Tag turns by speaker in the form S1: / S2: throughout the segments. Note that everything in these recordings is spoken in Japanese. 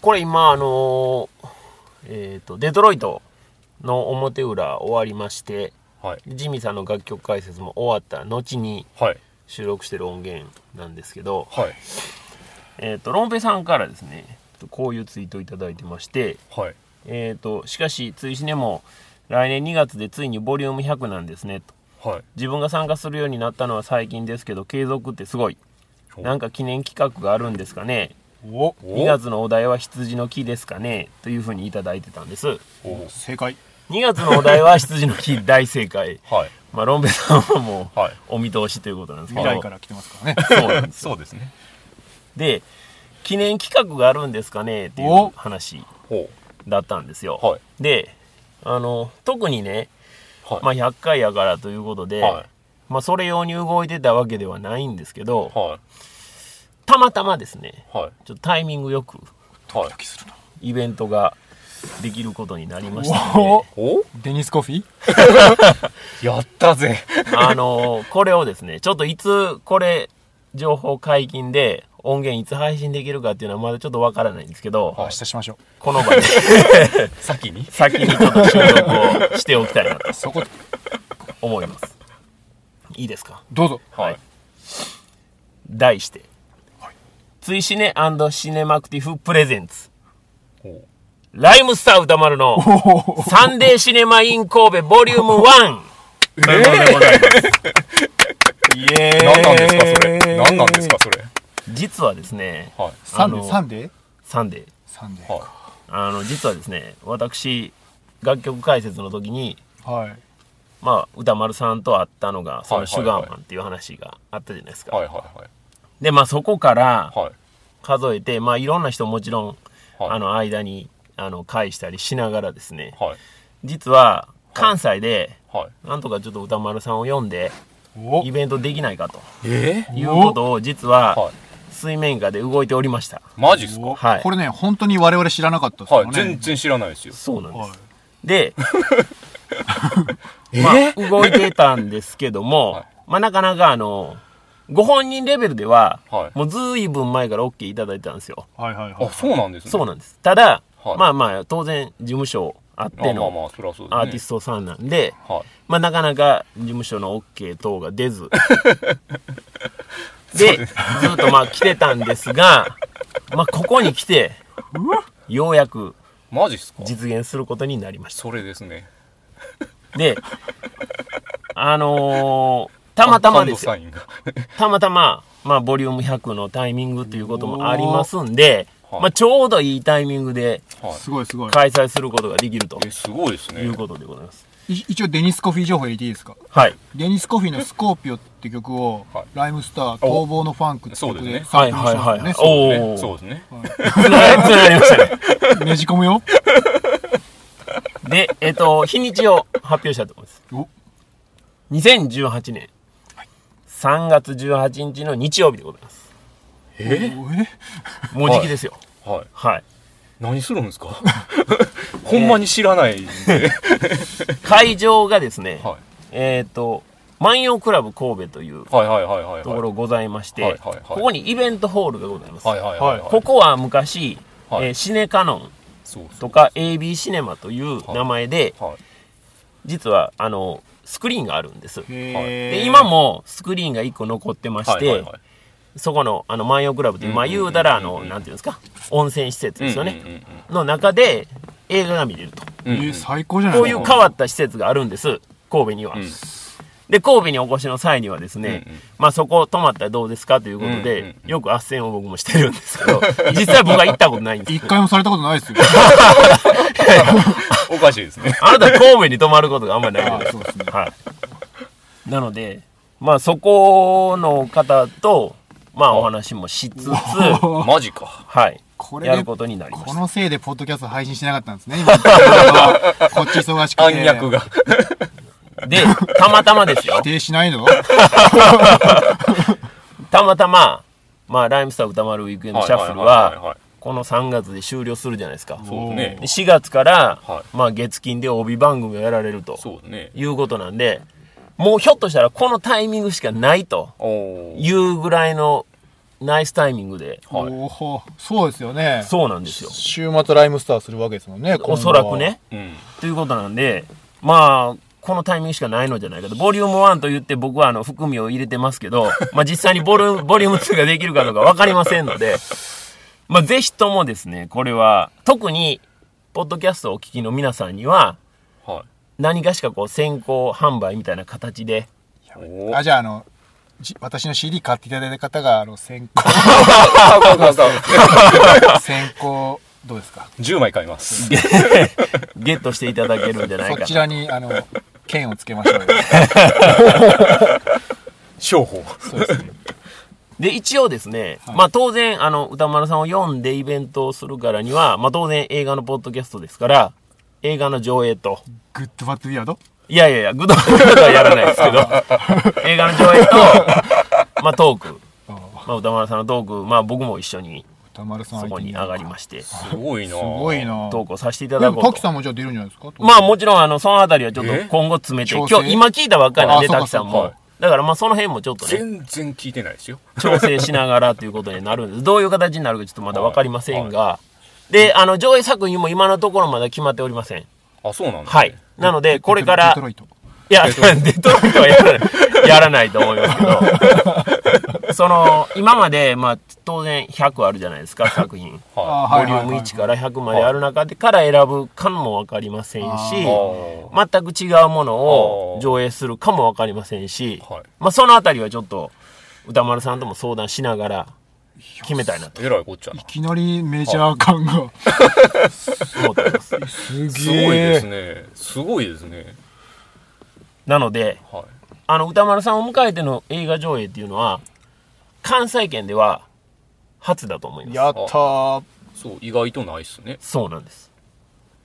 S1: これ今、あのーえっ、と、デトロイトの表裏終わりまして、
S2: はい
S1: ジミーさんの楽曲解説も終わった後に
S2: はい
S1: 収録してる音源なんですけど、
S2: はい
S1: えっ、と、ロンペさんからですね、こういうツイートをいただいてまして、
S2: はい
S1: えっ、と、しかし、追試ねも、来年2月でついにボリューム100なんですね、と。
S2: はい
S1: 自分が参加するようになったのは最近ですけど、継続ってすごい。なんか記念企画があるんですかね
S3: お
S2: お
S1: 2月のお題は羊の木ですかねというふうにいただいてたんです2
S2: お
S3: 正解
S1: 月のお題は羊の木大正解
S2: はい
S1: まあロンベさんはもう、
S2: はい
S1: お見通しということなんですけ
S3: 未
S1: ど
S3: 来から来てますからね
S1: そうなんです
S2: そうですね
S1: で記念企画があるんですかねっていう
S3: お
S1: 話
S2: お
S1: だったんですよ、
S2: はい
S1: であの特にね、
S2: はい
S1: まあ、100回やからということで、
S2: はい
S1: まあ、それ用に動いてたわけではないんですけど、
S2: はい
S1: たまたまですね
S2: はい
S1: ちょっとタイミングよく
S2: はい
S1: イベントができることになりました
S3: お
S1: の
S3: お
S2: お
S3: デニス・コフィ
S2: やった ぜ
S1: で、あのこれをですね、ちょっといつこれ情報解禁で音源いつ配信できるかっていうのはまだちょっとわからないんですけど、
S3: 明日しましょう
S1: この場で
S2: 先に
S1: 先にちょっと収録をしておきたいなと
S3: そこ
S1: 思います。いいですか
S3: どうぞ
S1: はい。題して、追試ねシネマクティフプレゼンツ、
S2: お
S1: ライムスター歌丸のサンデーシネマイン神戸ボリューム1。
S2: えー、
S3: イエーイ
S2: 何なんですかそれ何なんですかそれ
S1: 実はですね、
S2: はい
S3: サンデ
S1: あの
S3: ーサンデー
S1: サンデー。
S3: サンデー
S2: は
S1: あの、実はですね、私、楽曲解説の時に、
S3: はい
S1: まあ、歌丸さんと会ったのが、そ
S2: は
S1: の
S2: い
S1: シ
S2: はいは
S1: ュ
S2: い
S1: ガーマンっていう話があったじゃないです
S2: い
S1: か。
S2: はいは
S1: で、まあ、そこから
S2: いはい
S1: 数えて、まあ、いろんな人もちろん、
S2: はい
S1: あの、間に、あの、返したりしながらですね、
S2: はい
S1: 実は、関西で、
S2: はい
S1: なんとかちょっと歌丸さんを呼んで、
S3: お
S1: イベントできないかと
S2: え
S1: いうことを、実は
S2: はい、
S1: 水面下で動いておりました。
S2: マジっすか
S1: はい
S3: これね本当に我々知らなかったですか
S2: は
S3: ら
S2: い
S3: ね
S2: 全然知らないですよ
S1: そうなんで
S3: はい
S1: す。で、
S2: え
S1: まあ、動いてたんですけども、
S2: はい
S1: まあ、なかなかあの、ご本人レベルでは、
S2: はい
S1: もうずいぶん前から OK いただいてたんですよ。
S3: はいはいは
S2: あ
S3: い
S2: そうなんですね
S1: そう
S2: なん
S1: なんです。ただ、
S2: はい
S1: まあまあ、当然、事務所あって
S2: まあま
S1: の
S2: あそれはそうですね
S1: アーティストさんなんで、
S2: トはい
S1: まあ、なかなか事務所の OK 等が出 ず。で、ずっとまあ来てたんですが、まあ、ここに来て、ようやく
S2: マジっすか
S1: 実現することになりました。
S2: それですね
S1: で、あのーたまたまですよ
S2: ハ。ンドサインが
S1: たまたま、まあ、ボリューム100のタイミングということもありますんで、
S2: おー
S1: まあ、ちょうどいいタイミングで
S3: すごいすごい
S1: 開催することができると
S2: えすごいですね
S1: いうことでございます。
S3: い一応デニス・コフィ情報入れていいですか
S1: はい。
S3: デニス・コフィの「スコーピオ」って曲を
S2: はい
S3: ライムスター逃亡のファンクって
S2: そ
S3: 曲
S2: う
S3: で
S2: です
S1: はい
S3: 参加し
S1: は
S3: ま
S1: い
S3: した
S1: はい
S3: よ
S1: はい
S3: ね。
S1: おお。
S2: そう
S1: う。
S2: ですね
S1: つながりつながりましたね。
S3: ねじ込むよ
S1: で、えっと、日にちを発表したいと思います。
S3: お
S1: 2018年3月18日の日曜日でございます。
S2: え
S3: おえ
S1: もうじきですよ。
S2: はい
S1: はい。
S2: 何するんで すかほんまに知らないんで
S1: 会場がですね、
S2: は
S1: えっと、万葉クラブ神戸という
S2: いはいはいはいはいはい
S1: ところございまして、
S2: はいはいはい
S1: ここにイベントホールがございます。
S2: はいはいはいはい
S1: ここは昔、
S2: はい
S1: えーシネカノン
S2: そうそ
S1: と
S2: う
S1: か AB シネマという名前で、
S2: はい
S1: 実はあのスクリーンがあるんです。
S3: へー
S1: で今もスクリーンが1個残ってまして、
S2: はいはいはい
S1: そこのあの万葉クラブという、まあ、
S2: うんうんう
S1: 言
S2: んうん
S1: うたらあの、なんていうんですか、温泉施設ですよね。
S2: うんうん
S1: の中で映画が見れると。
S2: うんうんうん
S3: え最高じゃない
S1: こう
S3: で
S1: い
S3: す
S1: う
S3: か
S1: 変わった施設があるんです。神戸には。
S2: ん
S1: で、神戸にお越しの際にはですね、
S2: うんうん
S1: まあそこ泊まったらどうですかということで、
S2: うんうんうん
S1: よく斡旋を僕もしてるんですけ ど、実際僕は行ったことないんです
S3: 一
S1: けど、
S3: 回もされたことないですよ
S2: おかしいで すね
S1: あなた神戸に泊まることがあんまりないじゃないですか
S3: あそうですね
S1: はい。なので、まあそこの方と、まあお話もしつつ、は
S2: マジか
S1: い。
S3: これ
S1: やる
S3: で
S1: ことになりました
S3: こ。のせいでポッドキャスト配信してなかったんですね今こっち忙しくて
S2: 暗躍が
S1: で、たまたまですよ
S3: 否。定しないの
S1: たまたま、まあ、ライムスター歌丸ウィークエンドシャッフル
S2: はいはいはいはいは、
S1: はいこの3月で終了するじゃないですか。
S2: そうですね
S1: で4月から、
S2: はい
S1: まあ、月金で帯番組をやられると
S2: そうですね
S1: いうことなんで、もうひょっとしたらこのタイミングしかないと
S2: おー
S1: いうぐらいのナイスタイミングで、
S2: はい
S3: おおそうですよね
S1: そうなんですよ。
S3: 週末ライムスターするわけですもんね
S1: おそらくね。
S2: うん。
S1: ということなんで、まあ、このタイミングしかないのじゃないかと。ボリューム1と言って僕はあの、含みを入れてますけ ど、まあ実際にボルボリューム2ができるかどうかわかりませんので、まあぜひともですね、これは、特に、ポッドキャストをお聞きの皆さんには、
S2: は
S1: 何かしかこう先行販売みたいな形で、
S2: い。お
S3: あじゃああのじ私の CD 買っていただいた方 があの先行 先行どうですか
S2: 10枚買います。
S1: ゲットしていただけるんじゃない
S3: そ
S1: か
S3: ち
S1: な。
S3: らにあの剣をつけまし ょうよ
S2: 商法。
S3: そうですね
S1: で、一応ですね、まあ当然、あの、歌丸さんを読んでイベントをするからには、まあ当然映画のポッドキャストですから、映画の上映と、
S3: グッドバッドビアード
S1: いやいやいや、グッドバッドビアードはやらないですけ ど、映画の上映と、まあトーク、まあ歌丸さんのトーク、まあ僕も一緒に
S3: 歌丸さん
S1: そこに上がりま
S3: し
S1: して、
S2: すごいな
S3: すごいな
S1: トークをさせていた
S3: で
S1: だ
S3: も
S1: こう
S3: 滝
S1: と。
S3: さんもじゃあ出るんじゃないですか
S1: まあもちろん、あの、そのあたりはちょっと
S2: え
S1: 今後詰めて、今
S3: 調整
S1: 日、今聞いたばっかりなんで、
S3: あそうか
S1: 滝さん
S3: そうか
S1: も。だからまあその辺もちょっとね、
S2: 全然聞いてないですよ。
S1: 調整しながらということになるんです。どういう形になるかちょっとまだわかりませんが、で、あの、上映作品も今のところまだ決まっておりません。
S2: あ、そうなんだ。
S1: はい。。なので、これか
S3: デ
S1: ら
S3: ト、ロイト
S1: いや、デトロイトはやらない、やらないと思いますけど、 その、今まで、まあ、当然100あるじゃないですか、作品。
S2: は
S3: あ
S1: ボ
S3: はい
S1: リ
S3: はいは
S1: ュー
S3: い
S1: ム1から100まである中でから選ぶかもわかりませんし、
S2: い。あ
S1: 全く違うものを上映するかもわかりませんし、
S2: あ。はい。
S1: まあ、そのあたりはちょっと、歌丸さんとも相談しながら、決めたいなと
S2: えらいこっちゃな。
S3: いきなりメジャー感が
S1: 思っております。
S3: す
S2: すごいです
S3: ね
S2: ね。すごいですね。
S1: なので、
S2: はい。
S1: あの、歌丸さんを迎えての映画上映っていうのは、関西圏では初だと思います。
S3: やったー
S2: そう、意外とないっすね。
S1: そうなんです。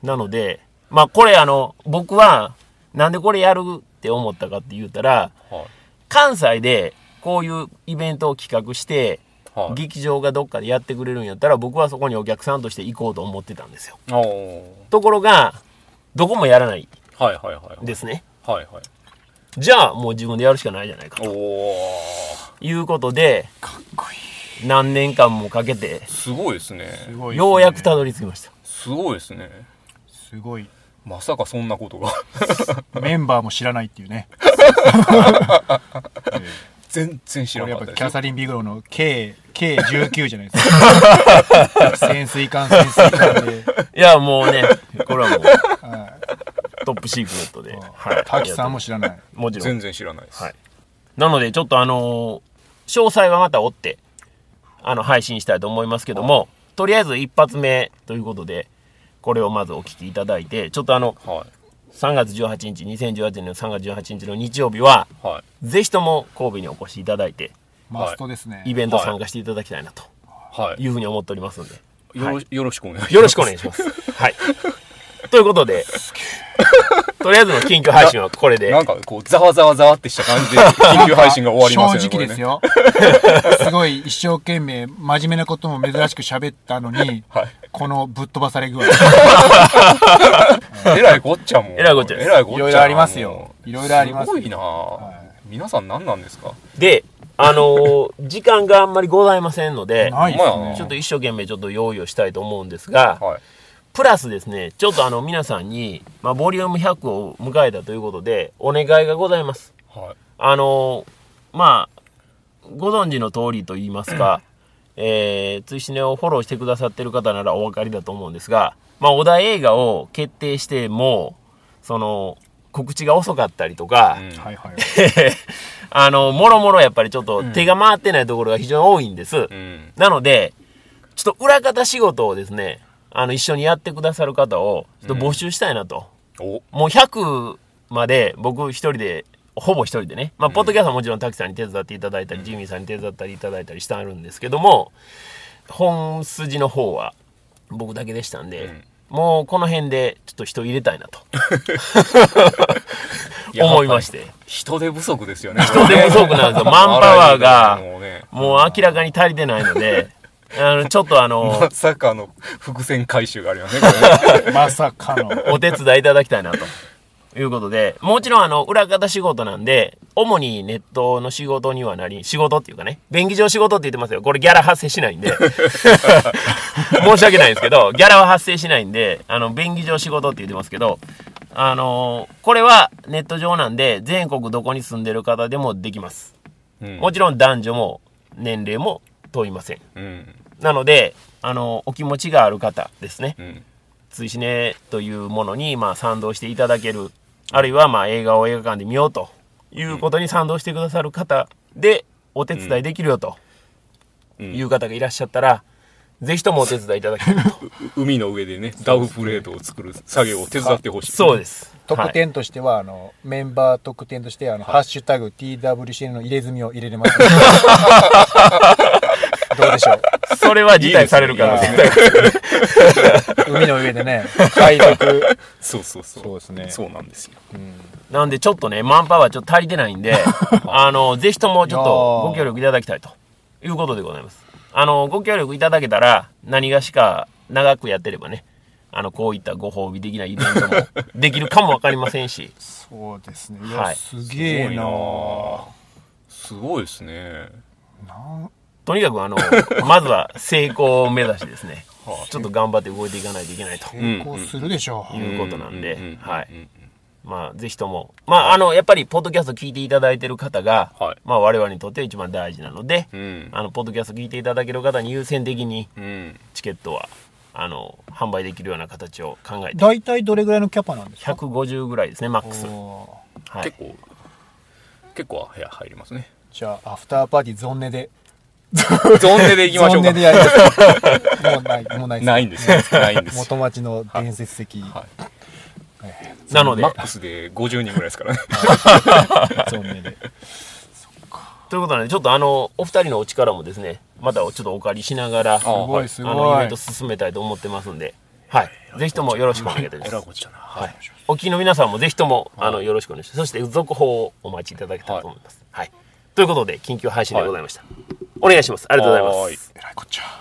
S1: なので、まあこれあの、僕は、なんでこれやるって思ったかって言ったら、
S2: は
S1: 関西でこういうイベントを企画して、
S2: い。はい。
S1: 劇場がどっかでやってくれるんやったら、僕はそこにお客さんとして行こうと思ってたんですよ。
S2: ああ。は
S1: ところが、どこもやらない
S2: いはいはい。
S1: ですね。
S2: はいはい。
S1: じゃあ、もう自分でやるしかないじゃないか。と
S2: お
S1: いうことで、
S3: かっこい
S1: 何年間もかけて、
S2: ー。すごいですね。
S3: いすごいですね
S1: ようやくたどり着きました。
S2: すごいですね。
S3: すごい
S2: まさかそんなことが。
S3: メンバーも知らないっていうね
S2: 全然知ら
S3: これ
S2: な
S3: やっ
S2: かっ
S3: ぱ
S2: たです
S3: キャ
S2: よ。
S3: サリン・ビグロの計計19じゃないですか 潜水艦潜水艦で
S1: いや、もうね、これはもう、トップシークレットで。 はい
S3: 滝さんも知らない
S1: もちろん
S2: 全。然知らないです。
S1: はいなので、ちょっとあのー詳細はまた追って、あの、配信したいと思いますけども、とりあえず一発目ということで、これをまずお聞きいただいて、ちょっとあの、
S2: は
S1: 3月18日、2018年の3月18日の日曜日は、
S2: い。はい。
S1: ぜひとも神戸にお越しいただいて、
S3: マストですね
S1: イベント参加していただきたいなと
S2: はい。
S1: いうふうに思っておりますので、
S2: よろ,、よろしくお願いします。
S1: よろしくお願いします。 はい。ということで、とりあえずの緊急配信はこれで
S2: な、んかこう、ざわざわざわってした感じで、緊急配信が終わります
S3: 正直です。よすごい一生懸命真面目なことも珍しく喋ったのに、
S2: はい
S3: このぶっ飛ばされ具合
S2: こ れねえらいこっちゃもう。
S1: えらいこっちゃです
S2: えらいこっちゃ。
S3: いろいろありますよ
S2: もう
S3: いろいろあります
S2: すごいなぁ皆さん何なんですか
S1: で、あのー時間があんまりございませんので、
S3: ないです
S2: まあ
S3: ね
S1: ちょっと一生懸命ちょっと用意をしたいと思うんですが、
S2: はい。
S1: プラスですね、ちょっとあの皆さんに、まあ、ボリューム100を迎えたということで、お願いがございます。
S2: はい。
S1: あのーまあ、ご存知の通りと言います か、えー、追試ねをフォローしてくださってる方ならお分かりだと思うんですが、まあ、お題映画を決定しても、その、告知が遅かったりとか、
S2: うん
S3: はいはい
S1: あの、もろもろやっぱりちょっと手が回ってないところが非常に多いんです。
S2: うん。
S1: なので、ちょっと裏方仕事をですね、あの、一緒にやってくださる方を、ちょっと募集したいなと。
S2: お、
S1: もう100まで僕一人で、ほぼ一人でね。まあ、ポッドキャストはもちろん滝さんに手伝っていただいたり、ジミーさんに手伝ったりいただいたりしてあるんですけども、本筋の方は僕だけでしたんで、
S2: ん
S1: もうこの辺でちょっと人入れたいなと
S2: や
S1: 思いまして。
S2: 人手不足ですよね。
S1: 人手不足なんですよマンパワーが
S2: もうね、
S1: もう明らかに足りてないので、あの、ちょっとあの
S2: ま、さかの伏線回収があるよね、これね
S3: まさかの
S1: お手伝いいただきたいなと。いうことで、もちろんあの、裏方仕事なんで、主にネットの仕事にはなり、仕事っていうかね、便宜上仕事って言ってますよ。これギャラ発生しないんで。 申し訳ないんですけど、ギャラは発生しないんで、あの、便宜上仕事って言ってますけど、あのこれはネット上なんで、全国どこに住んでる方でもできます。
S2: うん
S1: もちろん男女も年齢も問いません。
S2: うん
S1: なので、あの、お気持ちがある方ですね
S2: う。ん
S1: 追試ねというものに、まあ、賛同していただける、あるいは、まあ、映画を映画館で見ようということに賛同してくださる方で、お手伝いできるよと
S2: うん
S1: いう方がいらっしゃったら、ぜひともお手伝いいただきたいと。
S2: 海の上でねダウンプレートを作る作業を手伝ってほしい
S1: そうですす。
S3: 特
S1: はい
S3: 典としては、あの、メンバー特典として、あの、ハッシュタグ TWCN の入れ墨を入れれます、 どうでしょう
S1: それは辞退されるから
S2: いいですね
S3: 海の上でね、海賊。
S2: そうそうそう
S3: そうですね
S2: そうなんですよ
S1: なんでちょっとね、マンパワーちょっと足りてないん で、あの、ぜひともちょっとご協力いただきたいということでございます。あの、ご協力いただけたら、何がしか長くやってればね、あの、こういったご褒美的なイベントもできるかもわかりません し、
S3: そうですね。い
S1: は
S3: や、
S1: い
S3: すげえな
S2: ぁすごいですね
S1: とにかくあの、まずは成功を目指してですね、ちょっと頑張って動いていかないといけないと。
S3: 成功するでしょう。
S1: いうことなんで
S2: うう
S1: はいうまあ、ぜひとも。まあ、あの、やっぱり、ポッドキャスト聞いていただいてる方が、
S2: はい
S1: まあ、我々にとっては一番大事なので、
S2: うん
S1: あの、ポッドキャスト聞いていただける方に優先的に、
S2: うんうん
S1: チケットはあの販売できるような形を考えて
S3: 大体どれぐらいのキャパなんですか
S1: 150ぐらいですねマックス、
S3: おー
S1: は
S2: 結
S1: い、
S2: 構結構部屋入りますね
S3: じゃあ、アフターパーティーゾンネで。
S2: ゾンネでいきましょうか
S3: ゾンネでやります。もうない、もうないです。
S2: ないんですよない んですよ
S3: 元町の伝説的、
S2: は
S3: え
S1: なので
S2: マックスで50人ぐらいですからね
S3: ーゾンネで。
S1: ということなんでちょっとあのお二人のお力もですねまたちょっとお借りしながら
S3: す
S1: あ
S3: ごい、すごい。
S1: のイベント進めたいと思ってますんではいぜひともよろしくお願いいたします、
S2: こっちだな
S1: は、
S2: はい
S1: お聞きの皆さんもぜひともあのよろしくお願いしますそして続報をお待ちいただけたらと思います、はいということで緊急配信でございました、お願いしますありがとうございます
S2: い
S3: えらいこっちゃ。